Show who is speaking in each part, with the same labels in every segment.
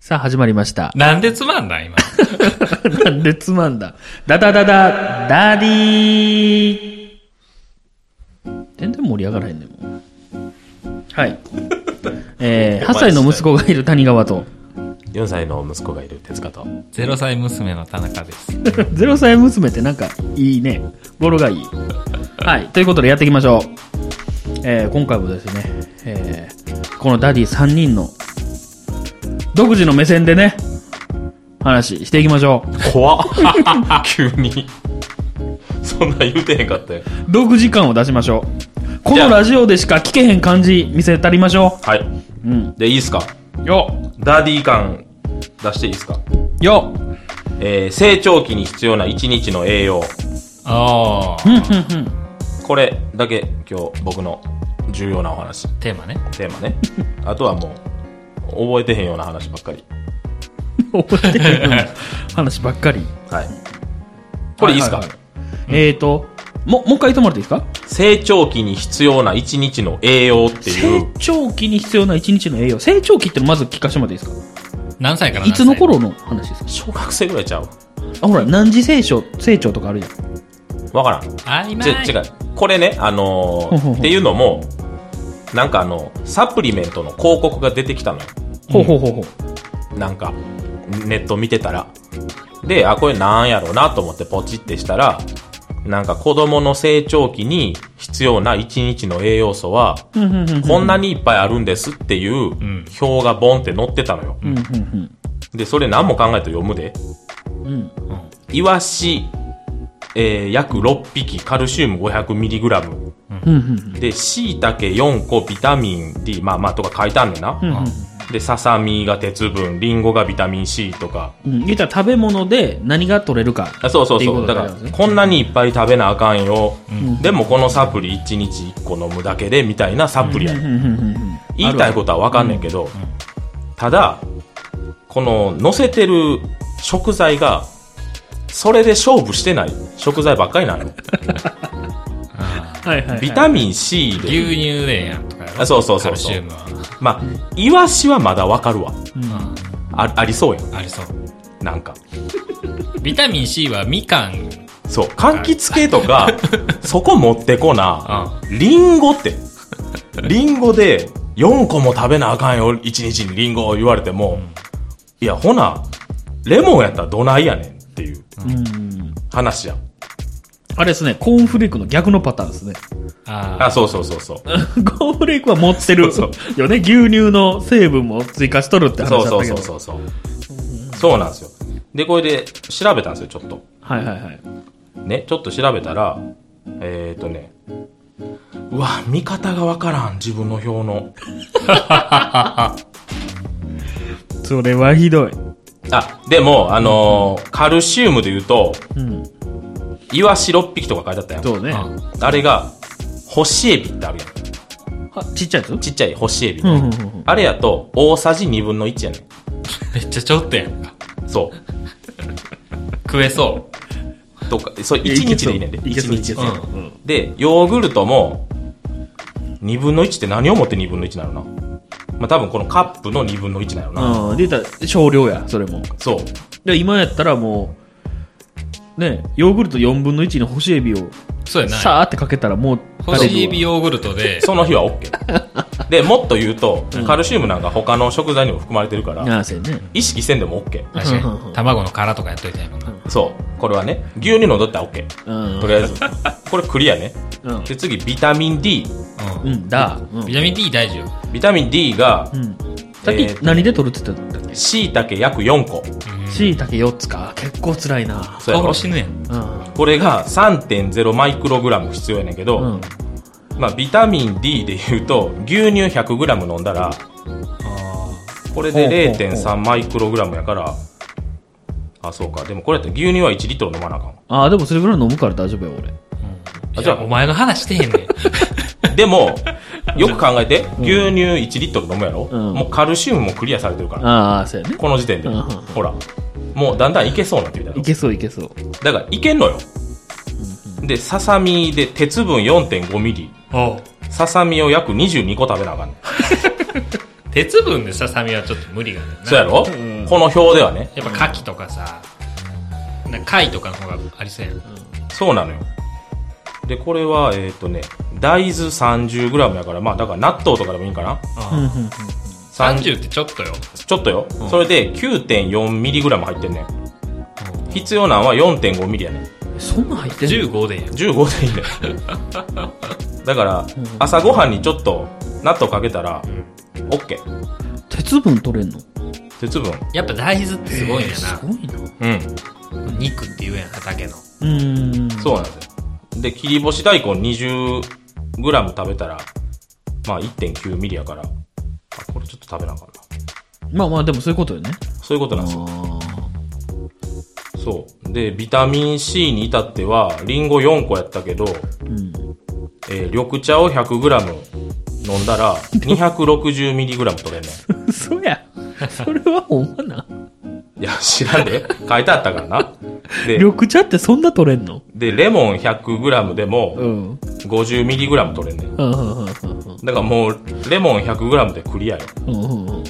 Speaker 1: さあ始まりました。
Speaker 2: なんでつまんない今。
Speaker 1: なんでつまんだ。ダダダダ、ダディー全然盛り上がらへんねんもん。はい。えー、8歳の息子がいる谷川と、
Speaker 3: 4歳の息子がいる手塚と。
Speaker 2: 0歳娘の田中です。
Speaker 1: 0歳娘ってなんかいいね。ボロがいい。はい。ということでやっていきましょう。えー、今回もですね、えー、このダディ3人の独自の目線でね、話していきましょう。
Speaker 3: 怖っ
Speaker 2: 急に。
Speaker 3: そんなん言うてへんかったよ。
Speaker 1: 独自感を出しましょうこのラジオでしか聞けへん感じ見せたりましょ
Speaker 3: はい。
Speaker 1: ううん
Speaker 3: で、いいっすか
Speaker 1: よ
Speaker 3: ダディ感出していいっすか
Speaker 1: よ
Speaker 3: えー、成長期に必要な1日の栄養。
Speaker 2: あ
Speaker 1: う
Speaker 2: あ、
Speaker 1: んうんうん
Speaker 3: これだけ今日僕の重要なお話。
Speaker 2: テーマね。
Speaker 3: テーマね。あとはもう、覚えてへんような話ばっかり。
Speaker 1: 覚えてへんよ 話ばっかり
Speaker 3: はい。これいいっすか、
Speaker 1: はははえーとももう一回言ってもらっていいですか
Speaker 3: 成長期に必要な1日の栄養ってい
Speaker 1: 成
Speaker 3: う。
Speaker 1: 長期に必要な一日の栄養成長期ってまず聞かせてもらっていいです
Speaker 2: 何歳から
Speaker 1: かい
Speaker 2: 何
Speaker 1: つ
Speaker 2: 歳
Speaker 1: の頃の話ですか
Speaker 3: 小学生ぐらいちゃう
Speaker 1: あほら何次成長成長とかあるじゃん
Speaker 3: わからん。
Speaker 2: あ、今。
Speaker 3: ち違う。これね、あの
Speaker 1: ほうほうほう
Speaker 3: ー、っていうのも、なんかあの、サプリメントの広告が出てきたのよ。
Speaker 1: ほうほうほうほう
Speaker 3: なんか、ネット見てたら。で、あ、これなんやろうなと思ってポチってしたら、なんか子供の成長期に必要な1日の栄養素は、
Speaker 1: うんうんうん
Speaker 3: こんなにいっぱいあるんですっていう表がボンって載ってたのよ。
Speaker 1: うんうん
Speaker 3: で、それ何も考えて読むで。
Speaker 1: うんうん
Speaker 3: イワシ、えー約6匹、カルシウム 500mg。
Speaker 1: うんうん
Speaker 3: で、椎茸4個、ビタミン D、まあまあとか書いてあんねんな。
Speaker 1: うん
Speaker 3: で、ささみが鉄分、リンゴがビタミン C とか。
Speaker 1: うん言ったら食べ物で何が取れるか
Speaker 3: あそうそうそう。
Speaker 1: ってい
Speaker 3: だ
Speaker 1: う
Speaker 3: か
Speaker 1: ことになり
Speaker 3: ら
Speaker 1: ますね、
Speaker 3: こんなにいっぱい食べなあかんよ。
Speaker 1: ん
Speaker 3: でもこのサプリ1日1個飲むだけで、みたいなサプリやねん、
Speaker 1: うんうんうんうん
Speaker 3: 言いたいことはわかんねんけど、ただ、この乗せてる食材が、それで勝負してない食材ばっかりなの。
Speaker 1: はいはいはい
Speaker 3: ビタミン C で。
Speaker 2: 牛乳でええやんとかやろ
Speaker 3: あそうそうそ
Speaker 2: カ
Speaker 3: う
Speaker 2: ル
Speaker 3: そう
Speaker 2: シウムは。
Speaker 3: まあ、イワシはまだわかるわ。
Speaker 2: う
Speaker 3: あありそうやん。
Speaker 2: ん。ありそう。
Speaker 3: なんか。
Speaker 2: ビタミン C はみかん。
Speaker 3: そう、柑橘系と か、そこ持ってこな、リンゴって、リンゴで4個も食べなあかんよ、1日にリンゴを言われても、いや、ほな、レモンやったらどないやねんっていう
Speaker 1: うん
Speaker 3: 話やん。
Speaker 1: あれですね、コーンフレークの逆のパターンですね。
Speaker 2: あ
Speaker 3: あ、そうそうそうそう。
Speaker 1: コーンフレークは持ってる
Speaker 3: そう
Speaker 1: よね、牛乳の成分も追加しとるって話だ
Speaker 3: そ
Speaker 1: っ
Speaker 3: う
Speaker 1: たけど。
Speaker 3: そうそうそうそう。そうなんですよ。で、これで調べたんですよ、ちょっと。
Speaker 1: はいはいはい。
Speaker 3: ね、ちょっと調べたら、えーとね、うわ、見方がわからん、自分の表の。
Speaker 1: それはひどい。
Speaker 3: あ、でも、あのーカルシウムで言うと、
Speaker 1: うん。
Speaker 3: イワシ6匹とか書いてあったや
Speaker 1: そうね。
Speaker 2: あ。うん
Speaker 3: ん。あれが、干しエビってあるやん。
Speaker 1: はちっちゃいやつ
Speaker 3: ちっちゃい干しエビ。
Speaker 1: うんうんうん。
Speaker 3: あれやと、大さじ2分の1やね
Speaker 2: めっちゃちょっとやんか。
Speaker 3: ん。そう。
Speaker 2: 食えそ
Speaker 3: とか、そう、1日でいいねんで。
Speaker 1: いけそうい
Speaker 3: 一
Speaker 1: け
Speaker 3: 日
Speaker 1: そう。
Speaker 2: うん
Speaker 1: うん
Speaker 3: で、ヨーグルトも、2分の1って何をもって2分の1なのな。まあ、多分このカップの2分の1なのな。
Speaker 1: うん。で、言ったら少量や、それも。
Speaker 3: そう。
Speaker 1: で、今やったらもう、ね、ヨーグルト4分の1の干しエビを
Speaker 2: う。そうやな。
Speaker 1: さーってかけたらもう
Speaker 2: 干
Speaker 1: 食べるわ
Speaker 2: しエビヨーグルトで、
Speaker 3: その日は OK。で、もっと言うと、カルシウムなんか他の食材にも含まれてるから、
Speaker 1: なあせんね。
Speaker 3: 意識せんでも OK。
Speaker 2: 確かに卵の殻とかやっといたやんか。
Speaker 3: そう。これはね、牛乳飲んどったら OK。
Speaker 1: うん
Speaker 3: と。りあ えず。これクリアね。
Speaker 1: うん
Speaker 3: で、次、ビタミン D。
Speaker 2: う。
Speaker 1: うんん、だ。うん
Speaker 2: ビタミン D 大事よ。
Speaker 3: ビタミン D が
Speaker 1: う、ん。さっ
Speaker 3: えー
Speaker 1: き何で取るって言ってたっけ
Speaker 3: 椎茸約4個。
Speaker 1: しいたけ4つか。結構辛いな。
Speaker 3: そうやろ
Speaker 2: 顔死ぬやん。
Speaker 1: うん。
Speaker 3: これが3.0マイクログラム必要やねんけど、
Speaker 1: うん。
Speaker 3: まあ、ビタミン D で言うと、牛乳100グラム飲んだら、これで
Speaker 1: ほうほうほ
Speaker 3: 0.3マイクログラムやから、あ、そうか。でもこれやったら牛乳は1リットル飲まなあかんわ。
Speaker 1: ああ、でもそれぐらい飲むから大丈夫よ、俺。
Speaker 3: あ
Speaker 2: じ
Speaker 3: じ
Speaker 2: ゃ
Speaker 3: ゃ
Speaker 2: あ、
Speaker 3: あ
Speaker 2: お前の話してへんねん。
Speaker 3: で も、よく考えて、牛乳1リットル飲むやろ、
Speaker 1: うん
Speaker 3: もうカルシウムもクリアされてるから。
Speaker 1: ああ、そうやね。
Speaker 3: この時点で。
Speaker 1: うん
Speaker 3: ほら。もうだんだんいけそうになってきたやろ
Speaker 1: いけそういけそう。
Speaker 3: だから、いけんのよ。で、ささみで鉄分4.5ミリ。
Speaker 2: おう
Speaker 3: ささみを約22個食べなあかんねん。
Speaker 2: 鉄分でささみはちょっと無理があるな
Speaker 3: そうやろ、
Speaker 1: ん
Speaker 3: この表ではね。
Speaker 2: やっぱ牡蠣とかさ、なんか貝とかの方がありそうやん。
Speaker 3: そうなのよ。で、これは、えっ、とね、大豆 30g やから、まあ、だから納豆とかでもいいんかな
Speaker 2: ああ30ってちょっとよ。
Speaker 3: ちょっとよ。
Speaker 2: うん
Speaker 3: それで 9.4mg 入ってんねん。必要なんは 4.5mm やねん。
Speaker 1: そんなん入ってんの
Speaker 2: 15でいいよ。
Speaker 3: 15でいいんだよ。だから
Speaker 1: ん、
Speaker 3: 朝ごはんにちょっと納豆かけたら、OK。
Speaker 1: 鉄分取れんの
Speaker 3: 鉄分。
Speaker 2: やっぱ大豆ってすごいんや
Speaker 1: すごいなう
Speaker 3: うん。
Speaker 2: な。肉って言うやん、畑の。
Speaker 1: ーん
Speaker 3: そうなんですよ。で、切り干し大根 20g 食べたら、まあ 1.9mm やから、あ、これちょっと食べなあかんな。
Speaker 1: まあまあでもそういうことよね
Speaker 3: そういうことなんですよ。
Speaker 1: あ
Speaker 3: そう。で、ビタミン C に至っては、リンゴ4個やったけど、
Speaker 1: ーうん
Speaker 3: えー緑茶を 100g 飲んだ ら、260mg 取れんね。
Speaker 1: 嘘やそれはほんまなん
Speaker 3: いや、知らんで。書いてあったからな。で、
Speaker 1: 緑茶ってそんな取れんの
Speaker 3: で、レモン 100g でも、
Speaker 1: ん
Speaker 3: 50mg 取れんねん。
Speaker 1: うんうんうん
Speaker 3: だからもう、レモン 100g でクリアよ。
Speaker 1: うんうんうん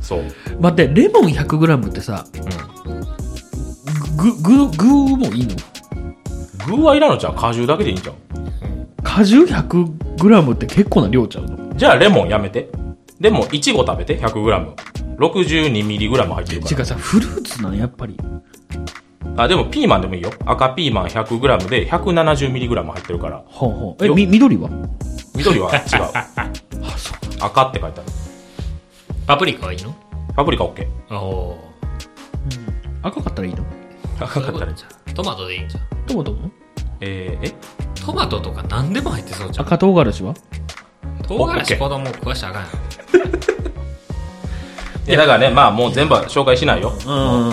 Speaker 3: そう。
Speaker 1: 待ってレモン 100g ってさ
Speaker 3: う
Speaker 1: 具具具もいいの
Speaker 3: ん。具はいらんのちゃう果汁だけでいいんちゃう
Speaker 1: 果汁 100g って結構な量ちゃうの
Speaker 3: じゃあレモンやめて。でも、いちご食べて、100g。62mg 入ってる
Speaker 1: て
Speaker 3: か
Speaker 1: かさフルーツなんやっぱり
Speaker 3: ら。あ、でもピーマンでもいいよ。赤ピーマン 100g で 170mg 入ってるから。
Speaker 1: ほうほうえみ緑は
Speaker 3: 緑は違う。 赤って書いてある。
Speaker 2: パプリカはいいの
Speaker 3: パプリカ OK。
Speaker 2: おお
Speaker 1: 赤かったらいいの
Speaker 2: ー。そういうことじゃん。トマトでいいんじゃん。
Speaker 1: トマトも
Speaker 3: えー、え
Speaker 2: トマトとか何でも入ってそうじゃん。
Speaker 1: 赤唐辛子は
Speaker 2: 唐辛
Speaker 3: オッケ
Speaker 2: 子
Speaker 3: ー
Speaker 2: 子供食わしたらあかんやん。
Speaker 3: いや、だからね、まあもう全部は紹介しないよ。だか
Speaker 1: うん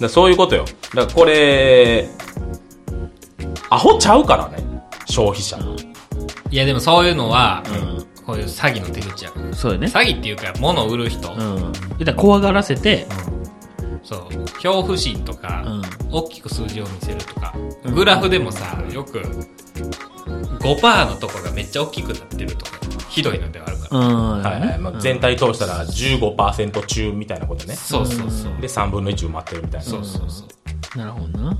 Speaker 3: らそういうことよ。だからこれ、アホちゃうからね。消費者。
Speaker 2: いやでもそういうのは、こういう詐欺の手口やから。
Speaker 1: そうよね
Speaker 2: 詐欺っていうか、物を売る人。
Speaker 1: うんだから怖がらせて
Speaker 2: そう。恐怖心とか、
Speaker 1: うん
Speaker 2: 大きく数字を見せるとか。グラフでもさ、よく、5%のとこがめっちゃ大きくなってるとか、ひどいのではあるから。
Speaker 1: うん
Speaker 3: はいはい。まあ、全体通したら15%中みたいなことね。
Speaker 2: そうそうそう。
Speaker 3: で、3分の1埋まってるみたいな。
Speaker 2: そうそうそう。
Speaker 1: なるほどな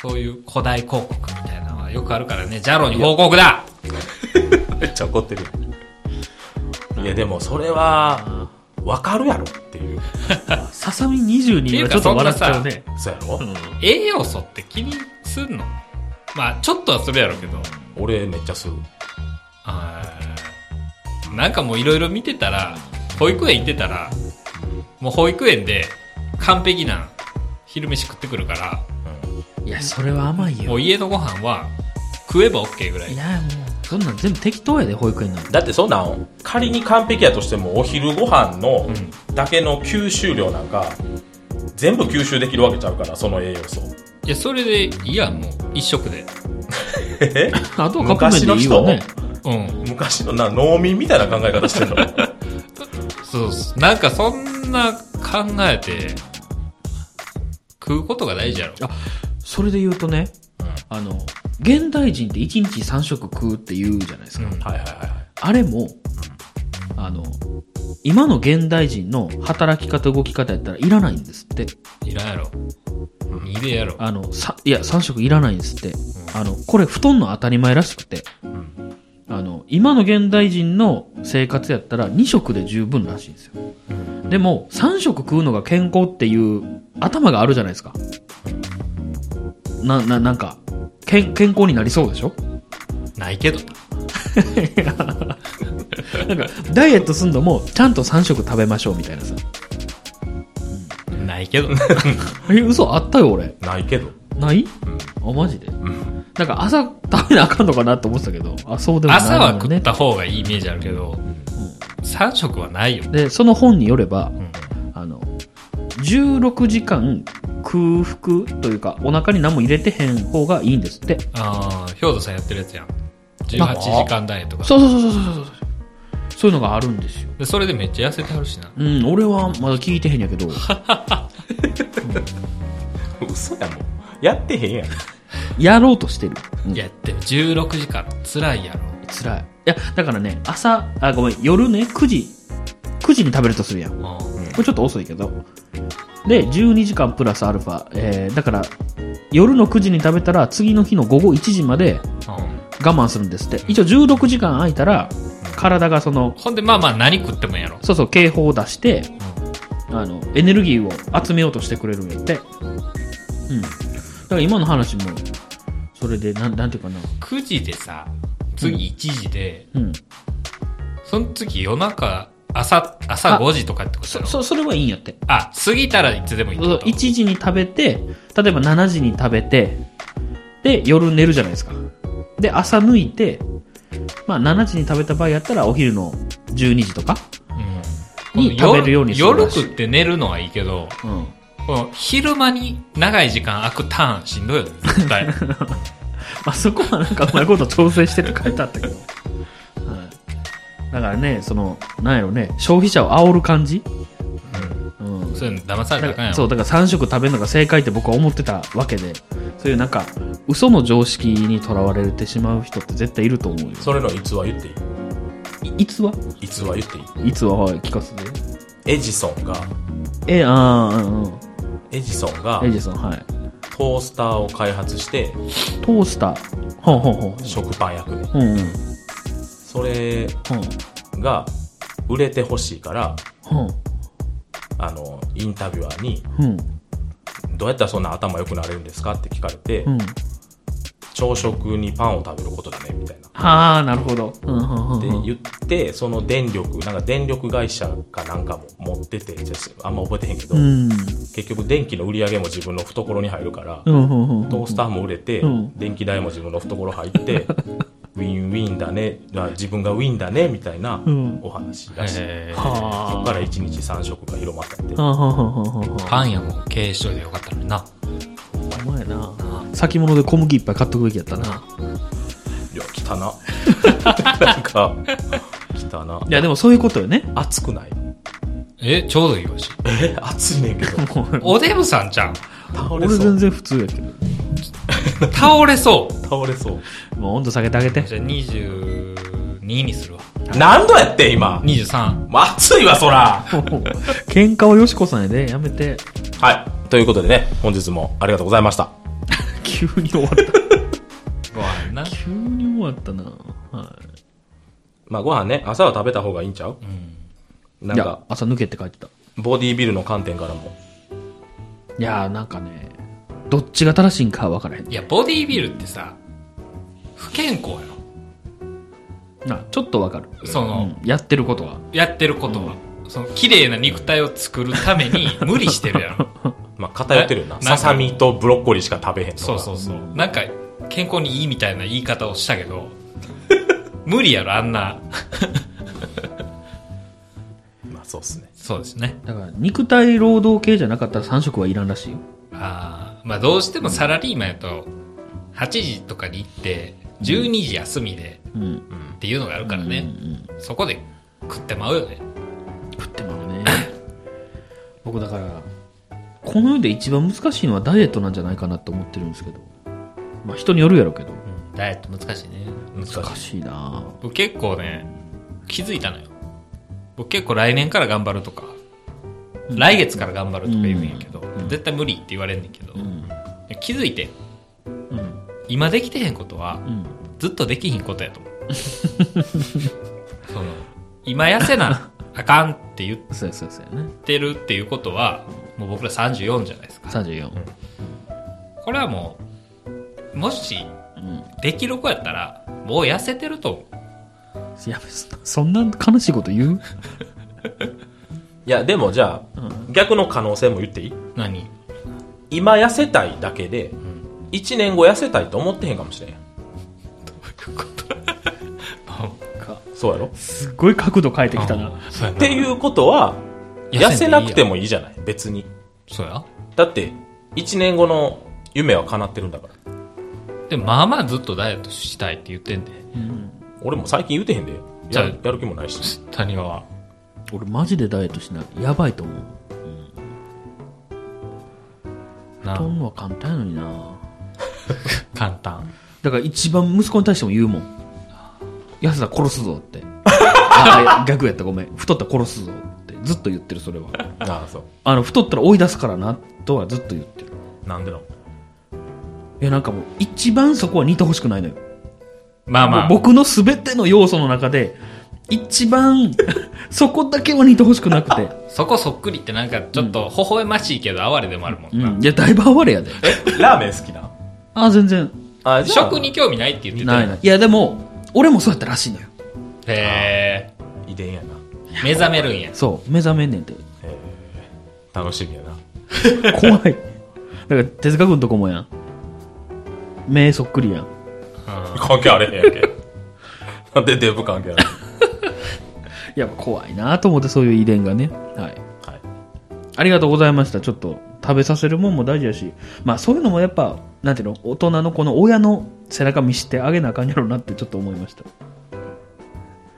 Speaker 2: そういう古代広告みたいなのはよくあるからね、ジャロに報告だ
Speaker 3: めっちゃ怒ってるやんいやでもそれはわかるやろっていう
Speaker 1: ささみ22はちょっと笑っちゃうね
Speaker 3: そうやろ、
Speaker 2: 栄養素って気にすんのまあ、ちょっとはするやろうけど。
Speaker 3: 俺めっちゃする
Speaker 2: あーなんかもういろいろ見てたら、保育園行ってたら、もう保育園で完璧な昼飯食ってくるか
Speaker 1: いやそれは甘い
Speaker 2: ら、も
Speaker 1: よ
Speaker 2: う家のご飯は食えば OK ぐら
Speaker 1: い
Speaker 2: い。
Speaker 1: やもうそんなん全部適当やで保育園なんて
Speaker 3: だってそんなん仮に完璧やとしてもお昼ご飯のだけの吸収量なんか全部吸収できるわけちゃうからその栄養 素
Speaker 2: いや、それで、いや、もう一食で。
Speaker 3: え
Speaker 1: あとはカップ麺でいいわね
Speaker 2: うん。
Speaker 3: 昔のな農民みたいな考え方 してんの
Speaker 2: そうっす。なんかそんな考えて、食うことが大事やろ。
Speaker 1: あそれで言うとねあの現代人って1日3食食うって言うじゃないですか、
Speaker 2: うん
Speaker 3: はいはいは
Speaker 1: あれもあの今の現代人の働き方動き方やったらいらないんですって
Speaker 2: いらんやろ。いるやろ。
Speaker 1: あのさいや3食いらないんですって、あのこれ布団の当たり前らしくて、あの今の現代人の生活やったら2食で十分らしいんですよ、でも3食食うのが健康っていう頭があるじゃないですかなななんか健健康になりそうでしょ
Speaker 2: ないけど。
Speaker 1: なんかダイエットすんのもちゃんと3食食べましょうみたいなさ
Speaker 2: ないけど。
Speaker 1: え嘘あったよ俺
Speaker 3: いないけど
Speaker 1: ない、あマジで、なんか朝食べなあかんのかなって思ってたけどあそうでもない
Speaker 2: 朝は
Speaker 1: の
Speaker 2: 食った方がいいイメージあるけど、3食はないよ。
Speaker 1: で、その本によれば、
Speaker 2: ん
Speaker 1: あの、16時間空腹というか、お腹に何も入れてへん方がいいんですって。
Speaker 2: ああ、兵頭さんやってるやつやん。
Speaker 1: なん
Speaker 2: 18
Speaker 1: か
Speaker 2: 時間ダイエットが。
Speaker 1: そうそうそうそうそうそう。そういうのがあるんですよ。
Speaker 2: でそれでめっちゃ痩せてはるしな。
Speaker 1: うん、俺はまだ聞いてへんや けど。
Speaker 3: 嘘やもんやってへんやん
Speaker 1: やろうとしてる。うん
Speaker 2: いや、でも16時間辛いやろ。
Speaker 1: 辛い。いや、だからね、朝、あ、ごめん、夜ね、9時9時に食べるとするやん。こ
Speaker 2: うん
Speaker 1: れちょっと遅いけど。で、12時間プラスアルファ。えー、だから、夜の9時に食べたら、次の日の午後1時まで
Speaker 2: うん
Speaker 1: 我慢するんですって。一応16時間空いたら、体がその、
Speaker 2: ほんで、まあまあ何食ってもやろ。
Speaker 1: そうそう、警報を出して、あの、エネルギーを集めようとしてくれるんやって。うん。だから今の話も、それで、なん、なんていうかな。
Speaker 2: 9時でさ、次1時で、
Speaker 1: うん。
Speaker 2: その次夜中、朝、朝
Speaker 1: あ
Speaker 2: 5時とかってことだ
Speaker 1: そ、
Speaker 2: ろ
Speaker 1: そ、それはいいんやって。
Speaker 2: あ、過ぎたらいつでもいいって
Speaker 1: そう
Speaker 2: こと
Speaker 1: 1時に食べて、例えば7時に食べて、で、夜寝るじゃないですか。で、朝抜いて、まあ7時に食べた場合やったらお昼の12時とか。
Speaker 2: うん
Speaker 1: に食べるようにする
Speaker 2: 夜
Speaker 1: らしい
Speaker 2: 食って寝るのはいいけど、
Speaker 1: うん。
Speaker 2: この昼間に長い時間空くターンしん どいよね、絶対。
Speaker 1: まあそこはなんかうまいこと調整してって書いてあったけど。はい。だからね、その、なんやろね、消費者を煽る感じうん。
Speaker 2: そういうの
Speaker 1: だ
Speaker 2: 騙されたらあか
Speaker 1: か
Speaker 2: んや
Speaker 1: ら
Speaker 2: ろ。
Speaker 1: そうだから3食食べるのが正解って僕は思ってたわけでそういうなんか嘘の常識にとらわれてしまう人って絶対いると思うよ
Speaker 3: それの逸話言ってい
Speaker 1: いいつはい
Speaker 3: 逸話言っていい
Speaker 1: いつははい聞かせて
Speaker 3: エジソンが、
Speaker 1: えああうんうん
Speaker 3: エジソンが
Speaker 1: エイジさんはい
Speaker 3: トースターを開発して、
Speaker 1: トースターほんほんほん
Speaker 3: 食パン焼くね。
Speaker 1: ほんうんうん
Speaker 3: それ
Speaker 1: ほん
Speaker 3: が売れてほしいから、
Speaker 1: ほん
Speaker 3: あの、インタビュアーに、
Speaker 1: ほん
Speaker 3: どうやったらそんな頭良くなれるんですかって聞かれて
Speaker 1: う、ん
Speaker 3: 朝食にパンを食べることだね、みたいな。
Speaker 1: はあなるほどうんうんうん
Speaker 3: で
Speaker 1: うん
Speaker 3: 言って、その電力、なんか電力会社かなんかも持ってて、ちょっとあんま覚えてへんけど、
Speaker 1: うん
Speaker 3: 結局電気の売り上げも自分の懐に入るから、
Speaker 1: うんうんうんうん
Speaker 3: トースターも売れて、
Speaker 1: うん
Speaker 3: 電気代も自分の懐入 って、ウィンウィンだね、あ自分がウィンだね、みたいな
Speaker 1: うん
Speaker 3: お話らしい。
Speaker 2: えー
Speaker 3: そこ
Speaker 1: は
Speaker 3: から1日3食が広まったって。
Speaker 1: あはんはんはんはんはんはん
Speaker 2: パン屋も経営しといてよかったのにな。
Speaker 1: お前な先物で小麦いっぱい買っとくべきやったない。
Speaker 3: や、汚な。なんか、汚ない
Speaker 1: やでもそういうことよね
Speaker 3: 暑くない
Speaker 2: え、ちょうどいいわし。
Speaker 3: え、暑いねんけど。
Speaker 1: もう
Speaker 2: おデブさんちゃん。
Speaker 3: 倒れ
Speaker 1: 俺
Speaker 3: そ
Speaker 1: 全
Speaker 3: う。
Speaker 1: 然普通やけど
Speaker 2: 倒れそう。
Speaker 3: 倒れそう。
Speaker 1: もう温度下げてあげて
Speaker 2: じゃあ22にするわ。
Speaker 3: 何度やってん今。
Speaker 2: 23。
Speaker 3: もう暑いわ、そら。
Speaker 1: 喧嘩はよしこさんやでやめて
Speaker 3: はい。ということでね、本日もありがとうございました。
Speaker 1: 急に終わ った
Speaker 2: ご飯な。
Speaker 1: 急に終わったなは
Speaker 3: まあご飯ね、朝は食べた方がいいんちゃう
Speaker 1: い
Speaker 3: なん
Speaker 1: いや
Speaker 3: か、
Speaker 1: 朝抜けって書いてた
Speaker 3: ボディービルの観点からも。
Speaker 1: いやーなんかねどっちが正しいんかは分からへん
Speaker 2: いや、ボディービルってさ、不健康や
Speaker 1: なちょっと分かる
Speaker 2: ろ。その、
Speaker 1: うんやってることは
Speaker 2: やってることは。その、綺麗な肉体を作るため に無理してるやろ。
Speaker 3: まあ偏ってるよな。
Speaker 2: えなんか
Speaker 3: ささみとブロッコリーしか食べへんのが
Speaker 2: そうそうそう。なんか、健康にいいみたいな言い方をしたけど、無理やろ、あんな。
Speaker 3: まあそうっすね。
Speaker 2: そうですね。
Speaker 1: だから肉体労働系じゃなかったら3食はいらんらしいよ
Speaker 2: ああ、まあどうしてもサラリーマンやと、8時とかに行って、12時休みで、
Speaker 1: うん
Speaker 2: っていうのがあるからね、そこで食ってまうよね
Speaker 1: 食ってまうね 僕だからこの世で一番難しいのはダイエットなんじゃないかなって思ってるんですけどまあ人によるやろうけど
Speaker 2: ダイエット難しいね
Speaker 3: 難しい。
Speaker 1: 難しいな
Speaker 2: 僕結構ね気づいたのよ僕結構来年から頑張るとか、来月から頑張るとか言うんやけど、絶対無理って言われんねんけど、気づいて
Speaker 1: うん
Speaker 2: 今できてへんことは
Speaker 1: うん
Speaker 2: ずっとできひんことやと思う その今痩せなあかんって言っ
Speaker 1: そうやそうやそうやね
Speaker 2: てるっていうことはもう僕ら34じゃないですか
Speaker 1: 34
Speaker 2: これはもうもし
Speaker 1: うん
Speaker 2: できる子やったらもう痩せてると思う
Speaker 1: いやそそんな悲しいこと言う
Speaker 3: いや、でもじゃあ、逆の可能性も言っていい
Speaker 2: 何
Speaker 3: 今痩せたいだけで、1年後痩せたいと思ってへんかもしれんやん。 そうやろ
Speaker 1: すっごい角度変えてきたな
Speaker 2: そうやな
Speaker 3: っていうことは、
Speaker 2: 痩
Speaker 3: 痩
Speaker 2: せ
Speaker 3: せ
Speaker 2: んでいいやん
Speaker 3: なくてもいいじゃない別に。
Speaker 2: そうや
Speaker 3: だって、1年後の夢は叶ってるんだから。
Speaker 2: でもまあまあずっとダイエットしたいって言ってんで
Speaker 3: 俺も最近言うてへんで。
Speaker 2: じゃ
Speaker 3: や
Speaker 2: あ
Speaker 3: やる気もない し。
Speaker 2: 谷川は
Speaker 1: 俺マジでダイエットしないやばいと思う
Speaker 2: な
Speaker 1: 太んのは簡単やのにな
Speaker 2: 簡単
Speaker 1: だから一番息子に対しても言うも ん痩せたら殺すぞってあいや逆やったごめん太ったら殺すぞずっと言ってる、それは。
Speaker 3: ああ、そう。
Speaker 1: あの、太ったら追い出すからな、とはずっと言ってる。
Speaker 3: なんでの
Speaker 1: いや、なんかもう、一番そこは似てほしくないのよ。
Speaker 2: まあまあ。
Speaker 1: もう僕の全ての要素の中で、一番、 そこだけは似てほしくなくて。
Speaker 2: そこそっくりってなんかちょっと微笑ましいけど哀れでもあるも
Speaker 1: うん
Speaker 2: な、
Speaker 1: ん。いや、だいぶ哀れやで。
Speaker 3: ラーメン好きな
Speaker 1: ああ、全然。
Speaker 3: あじゃあ
Speaker 2: 食に興味ないって言ってた
Speaker 1: ないない。いや、でも、俺もそうやったらしいのよ。
Speaker 2: へえ
Speaker 3: 遺伝やな。
Speaker 2: 目覚めるんや
Speaker 1: そう。目覚めんねんて。
Speaker 3: えー楽しみやな。
Speaker 1: 怖い。だから、手塚くんとこもやん。目そっくりやん。
Speaker 3: 関係あれへんやんけ。なんでデブ関係ある
Speaker 1: いや、怖いなと思って、そういう遺伝がね。はい。
Speaker 3: はい。
Speaker 1: ありがとうございました。ちょっと、食べさせるもんも大事やし、まあそういうのもやっぱ、なんていうの、大人のこの親の背中見してあげなあかんやろうなってちょっと思いました。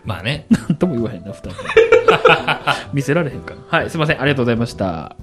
Speaker 2: まあ ね
Speaker 1: なんとも言わへんな、二人。見せられへんから。はい、すいません。ありがとうございました。